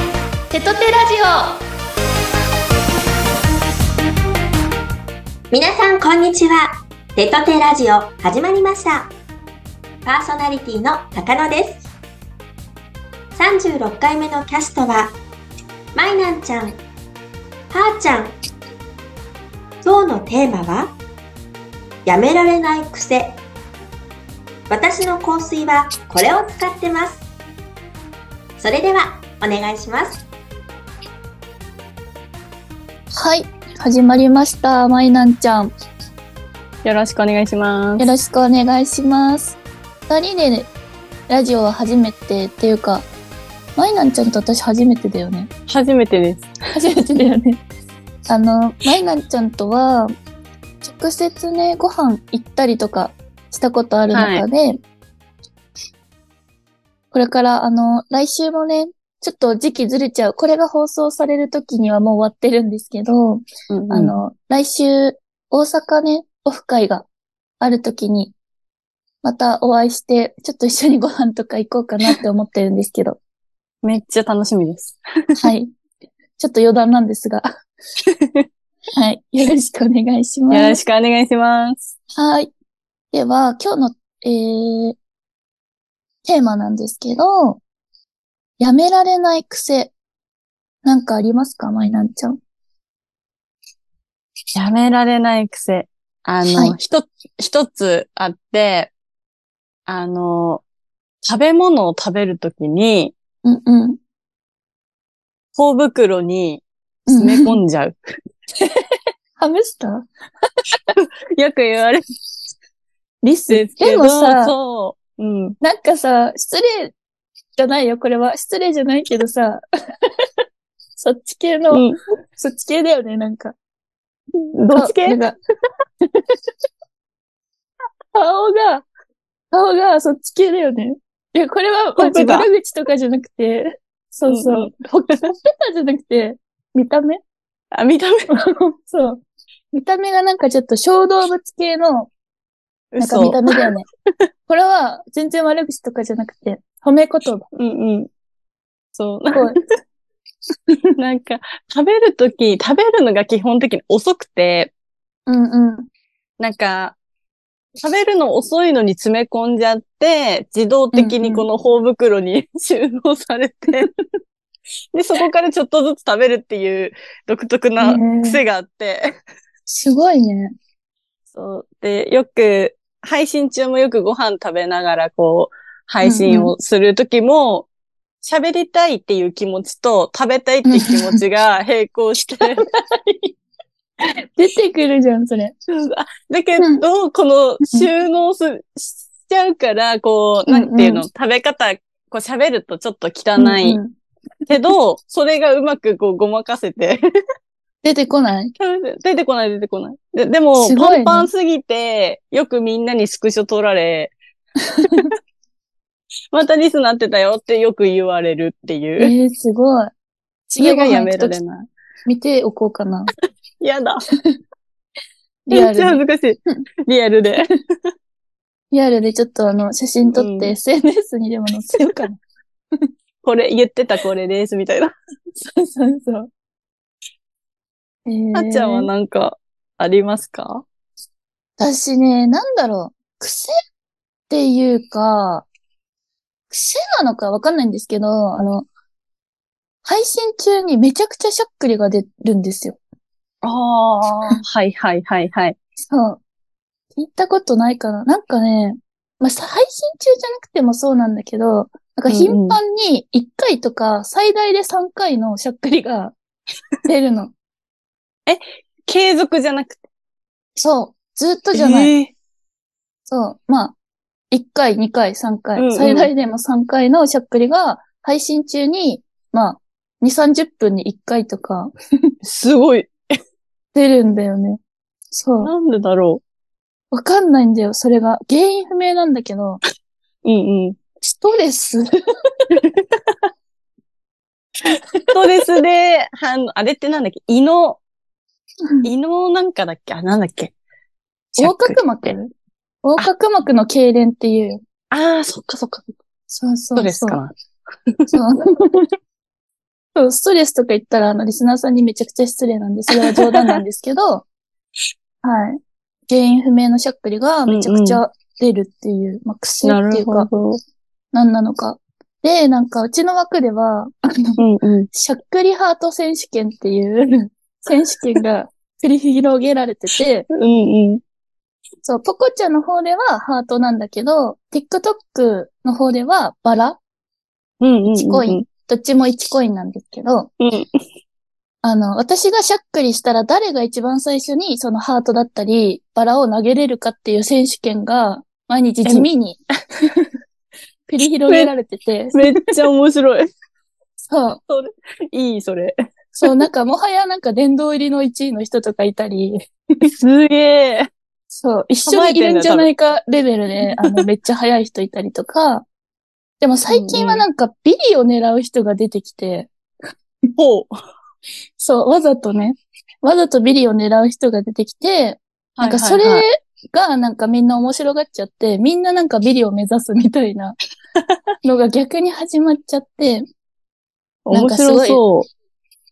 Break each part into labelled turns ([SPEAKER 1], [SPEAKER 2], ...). [SPEAKER 1] トテラジオ
[SPEAKER 2] 皆さん、こんにちは。テトテラジオ、始まりました。パーソナリティの高野です。36回目のキャストは、マイナンちゃん、はーちゃん。今日のテーマは、やめられない癖。私の香水はこれを使ってます。それでは、お願いします。
[SPEAKER 3] はい、始まりました。まいなんちゃん、
[SPEAKER 4] よろしくお願いします。
[SPEAKER 3] よろしくお願いします。二人でラジオは初めてっていうか、まいなんちゃんと私初めてだよね。
[SPEAKER 4] 初めてです。
[SPEAKER 3] 初めてだよね。 あの、まいなんちゃんとは、直接ね、ご飯行ったりとかしたことある中で、これから、あの、来週もね、ちょっと時期ずれちゃう。これが放送される時にはもう終わってるんですけど、あの、来週、大阪ね、オフ会があるときに、またお会いして、ちょっと一緒にご飯とか行こうかなって思ってるんですけ ど、
[SPEAKER 4] めっちゃ楽しみです。
[SPEAKER 3] はい。ちょっと余談なんです が。はい。よろしくお願いします。
[SPEAKER 4] よろしくお願いします。
[SPEAKER 3] はい。では、今日の、えー、テーマなんですけど、やめられない癖、なんかありますかマイナンちゃん。
[SPEAKER 4] やめられない癖。あ
[SPEAKER 3] はい
[SPEAKER 4] の、一、つ一つあって、あの、食べ物を食べるときに、
[SPEAKER 3] うんうん。
[SPEAKER 4] 頬袋に詰め込んじゃう。
[SPEAKER 3] ハムスター
[SPEAKER 4] よく言われるん
[SPEAKER 3] リス
[SPEAKER 4] ですけど、
[SPEAKER 3] でもさ
[SPEAKER 4] そう。うん。
[SPEAKER 3] なんかさ、失礼じゃないよ、これは。失礼じゃないけどさ、 そっち系の、
[SPEAKER 4] う
[SPEAKER 3] そっち系だよね、なんか。
[SPEAKER 4] ん。ど
[SPEAKER 3] あ
[SPEAKER 4] っち
[SPEAKER 3] な
[SPEAKER 4] 系
[SPEAKER 3] んか顔が、顔がそっち系だよね。いや、これは、
[SPEAKER 4] ほ
[SPEAKER 3] マ
[SPEAKER 4] っぺ
[SPEAKER 3] ジ
[SPEAKER 4] た
[SPEAKER 3] 裏口とかじゃなくて、そうそう
[SPEAKER 4] うんう。
[SPEAKER 3] ほっぺたじゃなくて、見た目
[SPEAKER 4] あ、見た目
[SPEAKER 3] そう。見た目がなんかちょっと小動物系の、なんか
[SPEAKER 4] 嘘
[SPEAKER 3] 見た目だよね。これは、全然悪口とかじゃなくて、褒め言 葉。
[SPEAKER 4] うんうん。そう。
[SPEAKER 3] こう
[SPEAKER 4] なんか、食べるとき、食べるのが基本的に遅くて、
[SPEAKER 3] うんうん。
[SPEAKER 4] なんか、食べるの遅いのに詰め込んじゃって、自動的にこの頬袋に 収納されて、で、そこからちょっとずつ食べるっていう独特な
[SPEAKER 3] ねえ
[SPEAKER 4] 癖があって、
[SPEAKER 3] すごいね。
[SPEAKER 4] そう。で、よく、配信中もよくご飯食べながらこう、配信をするときも、喋、りたいっていう気持ちと食べたいっていう気持ちが並行して、
[SPEAKER 3] 出てくるじゃん、それ。
[SPEAKER 4] だけど、この収納す、しちゃうから、こう、
[SPEAKER 3] うんう
[SPEAKER 4] なんんていうの、食べ方、こう喋るとちょっと汚い
[SPEAKER 3] うんうん
[SPEAKER 4] けど、それがうまくこうごまかせて、
[SPEAKER 3] 出てこない
[SPEAKER 4] 出てこない出てこない。ででも、
[SPEAKER 3] すごい
[SPEAKER 4] パ
[SPEAKER 3] ね
[SPEAKER 4] ンパンすぎて、よくみんなにスクショ取ら れ、またリスなってたよってよく言われるって
[SPEAKER 3] え
[SPEAKER 4] いう。
[SPEAKER 3] ー、すごい。
[SPEAKER 4] それがやめられ
[SPEAKER 3] い。
[SPEAKER 4] ない。
[SPEAKER 3] 見ておこうかな。
[SPEAKER 4] やだ。
[SPEAKER 3] リア
[SPEAKER 4] めっちゃ
[SPEAKER 3] ル
[SPEAKER 4] 恥
[SPEAKER 3] で。
[SPEAKER 4] ずかしい。リア ルで。
[SPEAKER 3] リアルでちょっとあの、写真撮っ
[SPEAKER 4] う
[SPEAKER 3] て
[SPEAKER 4] ん
[SPEAKER 3] SNS にでも載せようかな。
[SPEAKER 4] これ、言ってたこれです、みたいな。
[SPEAKER 3] そうそう そう。えー
[SPEAKER 4] あっちゃんはなんか、ありますか
[SPEAKER 3] 私ね、なんだろう。癖っていうか、癖なのかわかんないんですけど、あの、配信中にめちゃくちゃしゃっくりが出るんですよ。
[SPEAKER 4] ああ、はいはいはいはい。
[SPEAKER 3] そう。聞いたことないかな。なんかね、まあ、さ配信中じゃなくてもそうなんだけど、なんか頻繁に1回とか最大で3回のしゃっくりが出るの。
[SPEAKER 4] 継続じゃなくて。
[SPEAKER 3] そう。ずっとじゃない。
[SPEAKER 4] えー
[SPEAKER 3] そう。まあ、1回、2回、3回、
[SPEAKER 4] うんうん
[SPEAKER 3] 最大でも3回のしゃっくりが配信中に、まあ、2、30分に1回とか
[SPEAKER 4] すごい。
[SPEAKER 3] 出るんだよね。そう。
[SPEAKER 4] なんでだろ
[SPEAKER 3] わかんないんだよ、それが。原因不明なんだけど、
[SPEAKER 4] う。うんうん。
[SPEAKER 3] ストレ ス
[SPEAKER 4] ストレスで、あの、あれってなんだっけ胃の、胃のなんかだっけあ、なんだっけ
[SPEAKER 3] 横
[SPEAKER 4] しゃっくり
[SPEAKER 3] 隔膜横隔膜の痙攣っていうよ。
[SPEAKER 4] ああ、そっかそっか。ス
[SPEAKER 3] そうそうそう。
[SPEAKER 4] トレスかな。
[SPEAKER 3] そうそうストレスとか言ったら、あの、リスナーさんにめちゃくちゃ失礼なんで、それは冗談なんですけ ど、はい。原因不明のしゃっくりがめちゃくちゃ出るっていう、まあ、癖っていうか、
[SPEAKER 4] ど。
[SPEAKER 3] 何なのか。で、なんか、うちの枠では、あの、
[SPEAKER 4] うんうん。
[SPEAKER 3] しゃっくりハート選手権っていう 選手権が繰り広げられてて、
[SPEAKER 4] うんうん。
[SPEAKER 3] そう、ポコちゃんの方ではハートなんだけど、TikTok の方ではバラ
[SPEAKER 4] うんうん。
[SPEAKER 3] 1コイン。どっちも1コインなんですけど、
[SPEAKER 4] うん。
[SPEAKER 3] あの、私がしゃっくりしたら誰が一番最初にそのハートだったり、バラを投げれるかっていう選手権が、毎日地味 に繰り広げられてて、
[SPEAKER 4] めっちゃ面白い。
[SPEAKER 3] そう、
[SPEAKER 4] いい、それ。
[SPEAKER 3] そう、なんかもはやなんか殿堂入りの1位の人とかいたり、
[SPEAKER 4] すげえ。
[SPEAKER 3] そう、一緒にいるんじゃないかレベル で、あの、めっちゃ速い人いたりとか、でも最近はなんかビリを狙う人が出てきて、
[SPEAKER 4] ほう。
[SPEAKER 3] そう、わざとね、わざとビリを狙う人が出てきて、なんかそれ
[SPEAKER 4] はいはいはい
[SPEAKER 3] がなんかみんな面白がっちゃって、みんななんかビリを目指すみたい なのが逆に始まっちゃって、なん
[SPEAKER 4] 面
[SPEAKER 3] かすごい
[SPEAKER 4] 白そう。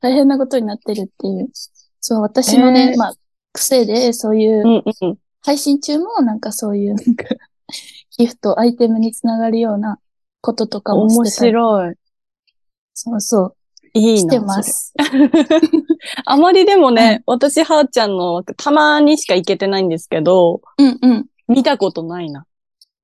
[SPEAKER 3] 大変なことになってるっていう。そう、私のね、
[SPEAKER 4] えー
[SPEAKER 3] まあ、癖でそういう
[SPEAKER 4] うんうん。
[SPEAKER 3] 配信中もなんかそういうなんか ギフト、アイテムにつながるようなこととかも
[SPEAKER 4] 面
[SPEAKER 3] してたり。
[SPEAKER 4] 白い。
[SPEAKER 3] そうそ。
[SPEAKER 4] いうい
[SPEAKER 3] し
[SPEAKER 4] な。
[SPEAKER 3] てます。
[SPEAKER 4] あまりでも
[SPEAKER 3] は
[SPEAKER 4] ね、私、はーちゃんの枠、たまにしか行けてないんですけど、
[SPEAKER 3] うんうん。
[SPEAKER 4] 見たことないな。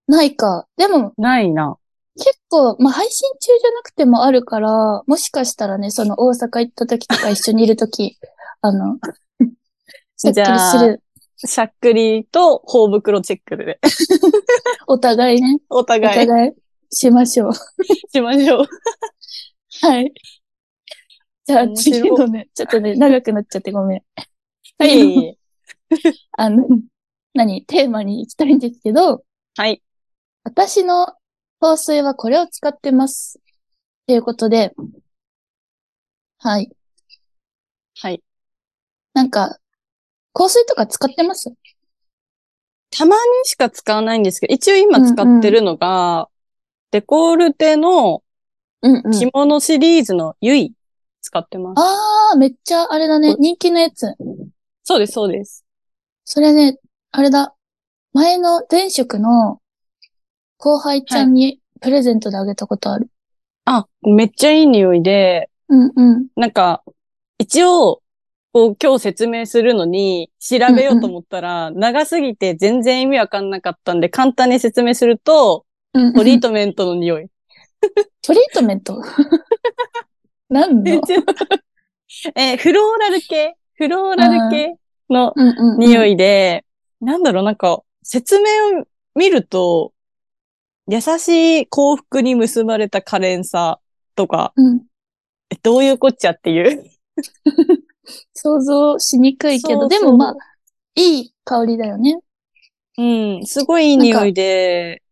[SPEAKER 3] ないか。でも
[SPEAKER 4] ないな。
[SPEAKER 3] 結構、まあ配信中じゃなくてもあるから、もしかしたらね、その大阪行った時とか一緒にいる時、 あの、しっく
[SPEAKER 4] じゃ
[SPEAKER 3] り
[SPEAKER 4] あ
[SPEAKER 3] する。
[SPEAKER 4] しゃっくりと、頬袋チェックで、
[SPEAKER 3] お互いね。
[SPEAKER 4] お
[SPEAKER 3] お
[SPEAKER 4] 互い
[SPEAKER 3] 互いしましょう。
[SPEAKER 4] しましょう。
[SPEAKER 3] はい。じゃあ
[SPEAKER 4] 面白い
[SPEAKER 3] 次のね、ちょっとね、長くなっちゃってごめん。
[SPEAKER 4] はい
[SPEAKER 3] 次の。あの、何テーマに行きたいんですけど、
[SPEAKER 4] はい。
[SPEAKER 3] 私の香水はこれを使ってます。ということで、はい。
[SPEAKER 4] はい。
[SPEAKER 3] なんか、香水とか使ってます
[SPEAKER 4] たまにしか使わないんですけど、一応今使ってるのが、デコルテの
[SPEAKER 3] うんう
[SPEAKER 4] 着物シリーズのユイ使ってます。
[SPEAKER 3] あー、めっちゃあれだね。人気のやつ。
[SPEAKER 4] そうです、そうです。
[SPEAKER 3] それね、あれだ。前の前職の後輩ちゃんにプレゼントであげたことある。
[SPEAKER 4] あ、めっちゃいい匂いで、
[SPEAKER 3] うんうん。
[SPEAKER 4] なんか、一応、こう今日説明するのに調べようと思ったら、長すぎて全然意味わかんなかったんで、簡単に説明すると、
[SPEAKER 3] うんうん
[SPEAKER 4] トリートメントの匂い。
[SPEAKER 3] トリートメント 何の
[SPEAKER 4] 全然 えーフローラル系フローラル系の
[SPEAKER 3] うんうんうん
[SPEAKER 4] 匂いで、なんだろう、なんか、説明を見ると、優しい幸福に結ばれた可憐さとか、
[SPEAKER 3] うん。
[SPEAKER 4] えどういうこっちゃっていう。
[SPEAKER 3] 想像しにくいけど、
[SPEAKER 4] そうそう
[SPEAKER 3] でもまあ、いい香りだよね。
[SPEAKER 4] うん、すごいいい匂いで、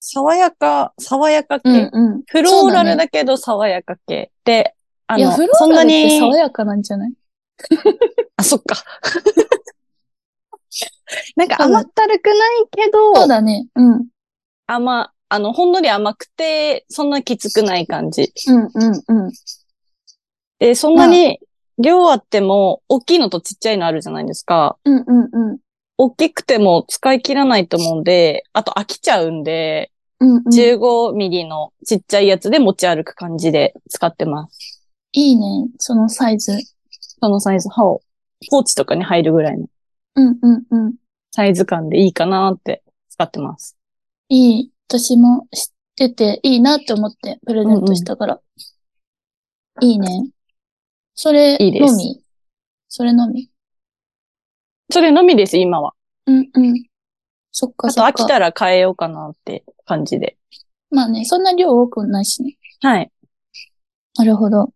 [SPEAKER 4] 爽やか、爽やか系。
[SPEAKER 3] うん。
[SPEAKER 4] フローラ
[SPEAKER 3] そう
[SPEAKER 4] ル
[SPEAKER 3] だね
[SPEAKER 4] だけど爽やか系。で、あ
[SPEAKER 3] いや、
[SPEAKER 4] の、
[SPEAKER 3] フロ
[SPEAKER 4] そ
[SPEAKER 3] ー
[SPEAKER 4] ん
[SPEAKER 3] ラ
[SPEAKER 4] な
[SPEAKER 3] ルって爽
[SPEAKER 4] に、
[SPEAKER 3] やかなんじゃない
[SPEAKER 4] あ、そっ か。なんか甘ったるくないけ
[SPEAKER 3] そう
[SPEAKER 4] ど、
[SPEAKER 3] だね。うん。うん
[SPEAKER 4] 甘、あの、ほんのり甘くて、そんなきつくない感じ。
[SPEAKER 3] うんうん。
[SPEAKER 4] で、そんなに量あっても、大きいのとちっちゃいのあるじゃないですか。
[SPEAKER 3] うんうんうん。
[SPEAKER 4] 大きくても使い切らないと思うんで、あと飽きちゃうんで、
[SPEAKER 3] うんうん、
[SPEAKER 4] 15ミリのちっちゃいやつで持ち歩く感じで使ってます。
[SPEAKER 3] いいね。そのサイズ。
[SPEAKER 4] そのサイズ、歯を、ポーチとかに入るぐらいの
[SPEAKER 3] うんうんうん。
[SPEAKER 4] サイズ感でいいかなって使ってます。
[SPEAKER 3] いい。私も知ってていいなって思ってプレゼントしたから。いいね。それ
[SPEAKER 4] いいです
[SPEAKER 3] のみそれのみ
[SPEAKER 4] それのみです、今は。
[SPEAKER 3] うんうん。そっか
[SPEAKER 4] あ
[SPEAKER 3] そ
[SPEAKER 4] と
[SPEAKER 3] っか。
[SPEAKER 4] 飽きたら変えようかなって感じで。
[SPEAKER 3] まあね、そんな量多くないしね。
[SPEAKER 4] はい。
[SPEAKER 3] なるほど。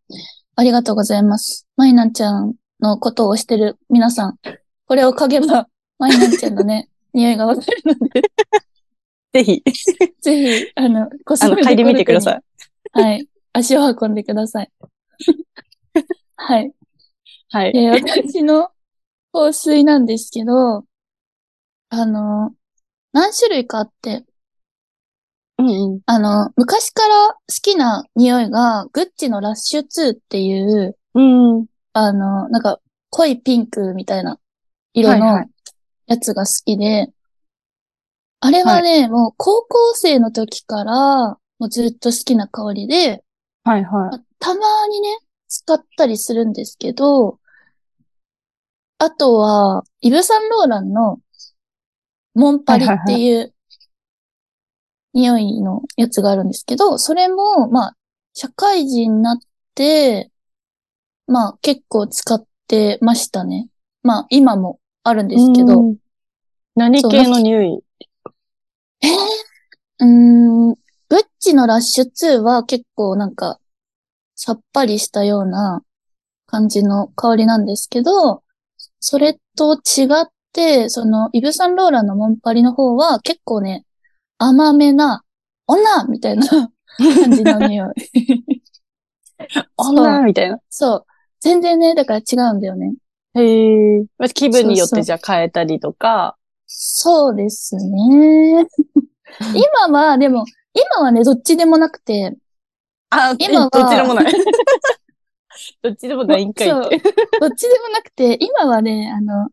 [SPEAKER 3] ありがとうございます。マイナンちゃんのことをしてる皆さん、これを嗅げば、 マイナンちゃんの ね、匂いがわかるので、
[SPEAKER 4] ぜ ひ、
[SPEAKER 3] ぜひ、あの、こっ
[SPEAKER 4] あの、嗅いでみてくださ
[SPEAKER 3] い。
[SPEAKER 4] い。
[SPEAKER 3] はい。足を運んでください。 はい。
[SPEAKER 4] はい。
[SPEAKER 3] で、私の香水なんですけど、あの、何種類かあって、
[SPEAKER 4] うんうん。
[SPEAKER 3] あの、昔から好きな匂いが、グッチのラッシュ2っていう、
[SPEAKER 4] うん。
[SPEAKER 3] あの、なんか、濃いピンクみたいな色
[SPEAKER 4] はいは
[SPEAKER 3] の
[SPEAKER 4] い
[SPEAKER 3] やつが好きで、あれはね、もう高校生の時から、もうずっと好きな香りで、
[SPEAKER 4] はいは
[SPEAKER 3] まあたまにね、使ったりするんですけど、あとは、イヴ・サンローランの、モンパリっていう、匂いのやつがあるんですけど、それも、まあ、社会人になって、まあ、結構使ってましたね。まあ、今もあるん
[SPEAKER 4] い。
[SPEAKER 3] ですけど、
[SPEAKER 4] う。
[SPEAKER 3] うん
[SPEAKER 4] 何系の匂い
[SPEAKER 3] ーん、グッチのラッシュ2は結構なんか、さっぱりしたような感じの香りなんですけど、それと違って、その、イブサンローランのモンパリの方は結構ね、甘めな、女みたいな感じの匂い。
[SPEAKER 4] 女みたいな。
[SPEAKER 3] そう。全然ね、だから違うんだよね。
[SPEAKER 4] へえ。まあ気分によっ
[SPEAKER 3] そうそ
[SPEAKER 4] て
[SPEAKER 3] う
[SPEAKER 4] じゃあ変えたりとか。
[SPEAKER 3] そうですね。今は、でも、今はね、どっちでもなくて、
[SPEAKER 4] あ、
[SPEAKER 3] 今は
[SPEAKER 4] どっちでも ない。どっちでもないんかい
[SPEAKER 3] そう
[SPEAKER 4] っ。
[SPEAKER 3] どってちでもなくて、今はね、あの、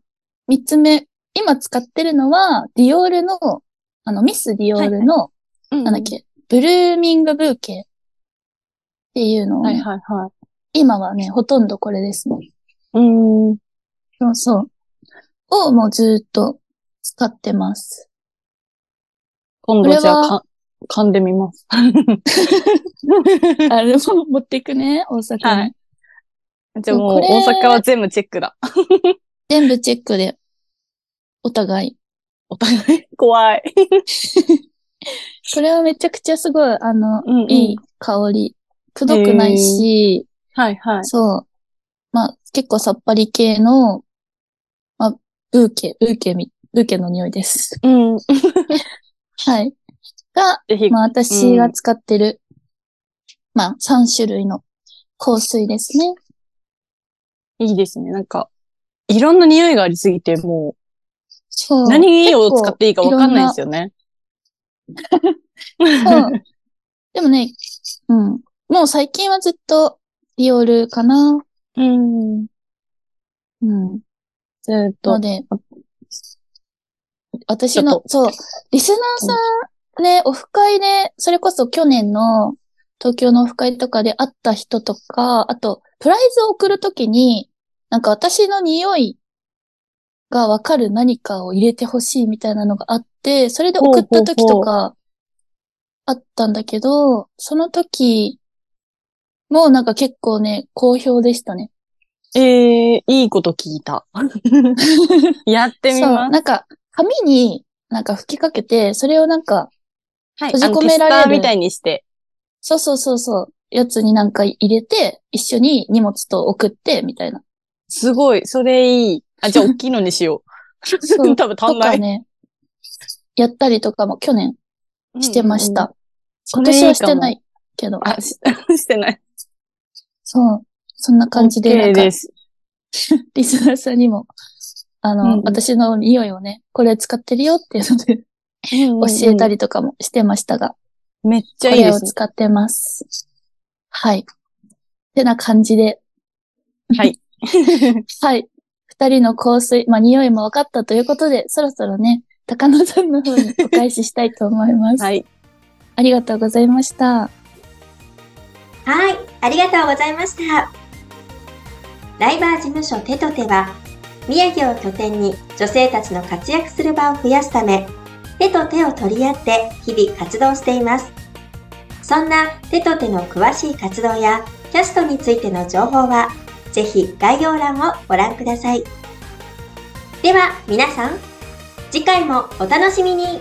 [SPEAKER 3] 三つ目、今使ってるのは、ディオールの、あの、ミスディオールの、なんだっけ、ブルーミングブーケっていうのをね、
[SPEAKER 4] はいはいはい。
[SPEAKER 3] 今はね、ほとんどこれですね。
[SPEAKER 4] うん。
[SPEAKER 3] そうそう。をもうずーっと使ってます。
[SPEAKER 4] 今度じゃあ
[SPEAKER 3] こ
[SPEAKER 4] か噛んでみます。
[SPEAKER 3] あれも持っていくね、大阪に。
[SPEAKER 4] はいじゃあも
[SPEAKER 3] こ
[SPEAKER 4] う
[SPEAKER 3] れ
[SPEAKER 4] 大阪は全部チェックだ。
[SPEAKER 3] 全部チェックで、お互い。
[SPEAKER 4] お互い怖い。
[SPEAKER 3] これはめちゃくちゃすごい、あの、
[SPEAKER 4] うんうん
[SPEAKER 3] いい香り。くどくないし、
[SPEAKER 4] はいはい。
[SPEAKER 3] そう。まあ、結構さっぱり系の、まあ、ブーケ、ブーケみ、ブーケの匂いです。
[SPEAKER 4] うん。
[SPEAKER 3] はい。が、
[SPEAKER 4] ぜひ、
[SPEAKER 3] まあ、私が使ってる、まあ、3種類の香水ですね。
[SPEAKER 4] いいですね。なんか、いろんな匂いがありすぎて、も
[SPEAKER 3] そう
[SPEAKER 4] う、。何を使っていいかわかんないですよね。
[SPEAKER 3] そう。でもね、うん。もう最近はずっと、ディオールかな。
[SPEAKER 4] うん。
[SPEAKER 3] うん。
[SPEAKER 4] ずーっ
[SPEAKER 3] の
[SPEAKER 4] と。
[SPEAKER 3] で、私の
[SPEAKER 4] ちょっ、
[SPEAKER 3] そう、リスナーさんね、オフ会で、それこそ去年の東京のオフ会とかで会った人とか、あと、プライズを送るときに、なんか私の匂いがわかる何かを入れてほしいみたいなのがあって、それで送ったときとか、あったんだけど、その時、もうなんか結構ね、好評でしたね。
[SPEAKER 4] ええいいこと聞いた。 やってみ
[SPEAKER 3] そう、
[SPEAKER 4] ます。
[SPEAKER 3] なんか、紙になんか吹きかけて、それをなんか、
[SPEAKER 4] はい。
[SPEAKER 3] 閉じ込められる
[SPEAKER 4] あのテスターみたいにして。
[SPEAKER 3] そうそうそうそう、やつになんか入れて、一緒に荷物と送って、みたいな。
[SPEAKER 4] すごい、それいい。あ、じゃあ、大きいのにしよう。
[SPEAKER 3] そう
[SPEAKER 4] 多分足
[SPEAKER 3] と
[SPEAKER 4] んな
[SPEAKER 3] か
[SPEAKER 4] い。
[SPEAKER 3] ね、やったりとかも去年してまし
[SPEAKER 4] うんうんうん。
[SPEAKER 3] た。
[SPEAKER 4] そ
[SPEAKER 3] 今
[SPEAKER 4] れいい
[SPEAKER 3] 年はし
[SPEAKER 4] かも
[SPEAKER 3] てないけど。
[SPEAKER 4] あ、し してない。
[SPEAKER 3] そう。そんな感じで、なん
[SPEAKER 4] OK
[SPEAKER 3] か
[SPEAKER 4] で、す。
[SPEAKER 3] リスナーさんにも、あの、
[SPEAKER 4] うんうん
[SPEAKER 3] 私の匂いをね、これ使ってるよっていうので、教えた
[SPEAKER 4] り。
[SPEAKER 3] りとかもしてましたが、
[SPEAKER 4] めっち
[SPEAKER 3] こ
[SPEAKER 4] ゃいい
[SPEAKER 3] れ
[SPEAKER 4] で
[SPEAKER 3] を
[SPEAKER 4] すね。
[SPEAKER 3] 使ってます。はい。ってな感じで、
[SPEAKER 4] はい。
[SPEAKER 3] はい。二人の香水、まあ、匂いも分かったということで、そろそろね、高野さんの方にお返ししたいと思います。
[SPEAKER 4] はい。
[SPEAKER 3] ありがとうございました。
[SPEAKER 2] はい、ありがとうございました。ライバー事務所手と手は、宮城を拠点に女性たちの活躍する場を増やすため、手と手を取り合って日々活動しています。そんな手と手の詳しい活動やキャストについての情報は、ぜひ概要欄をご覧ください。では皆さん、次回もお楽しみに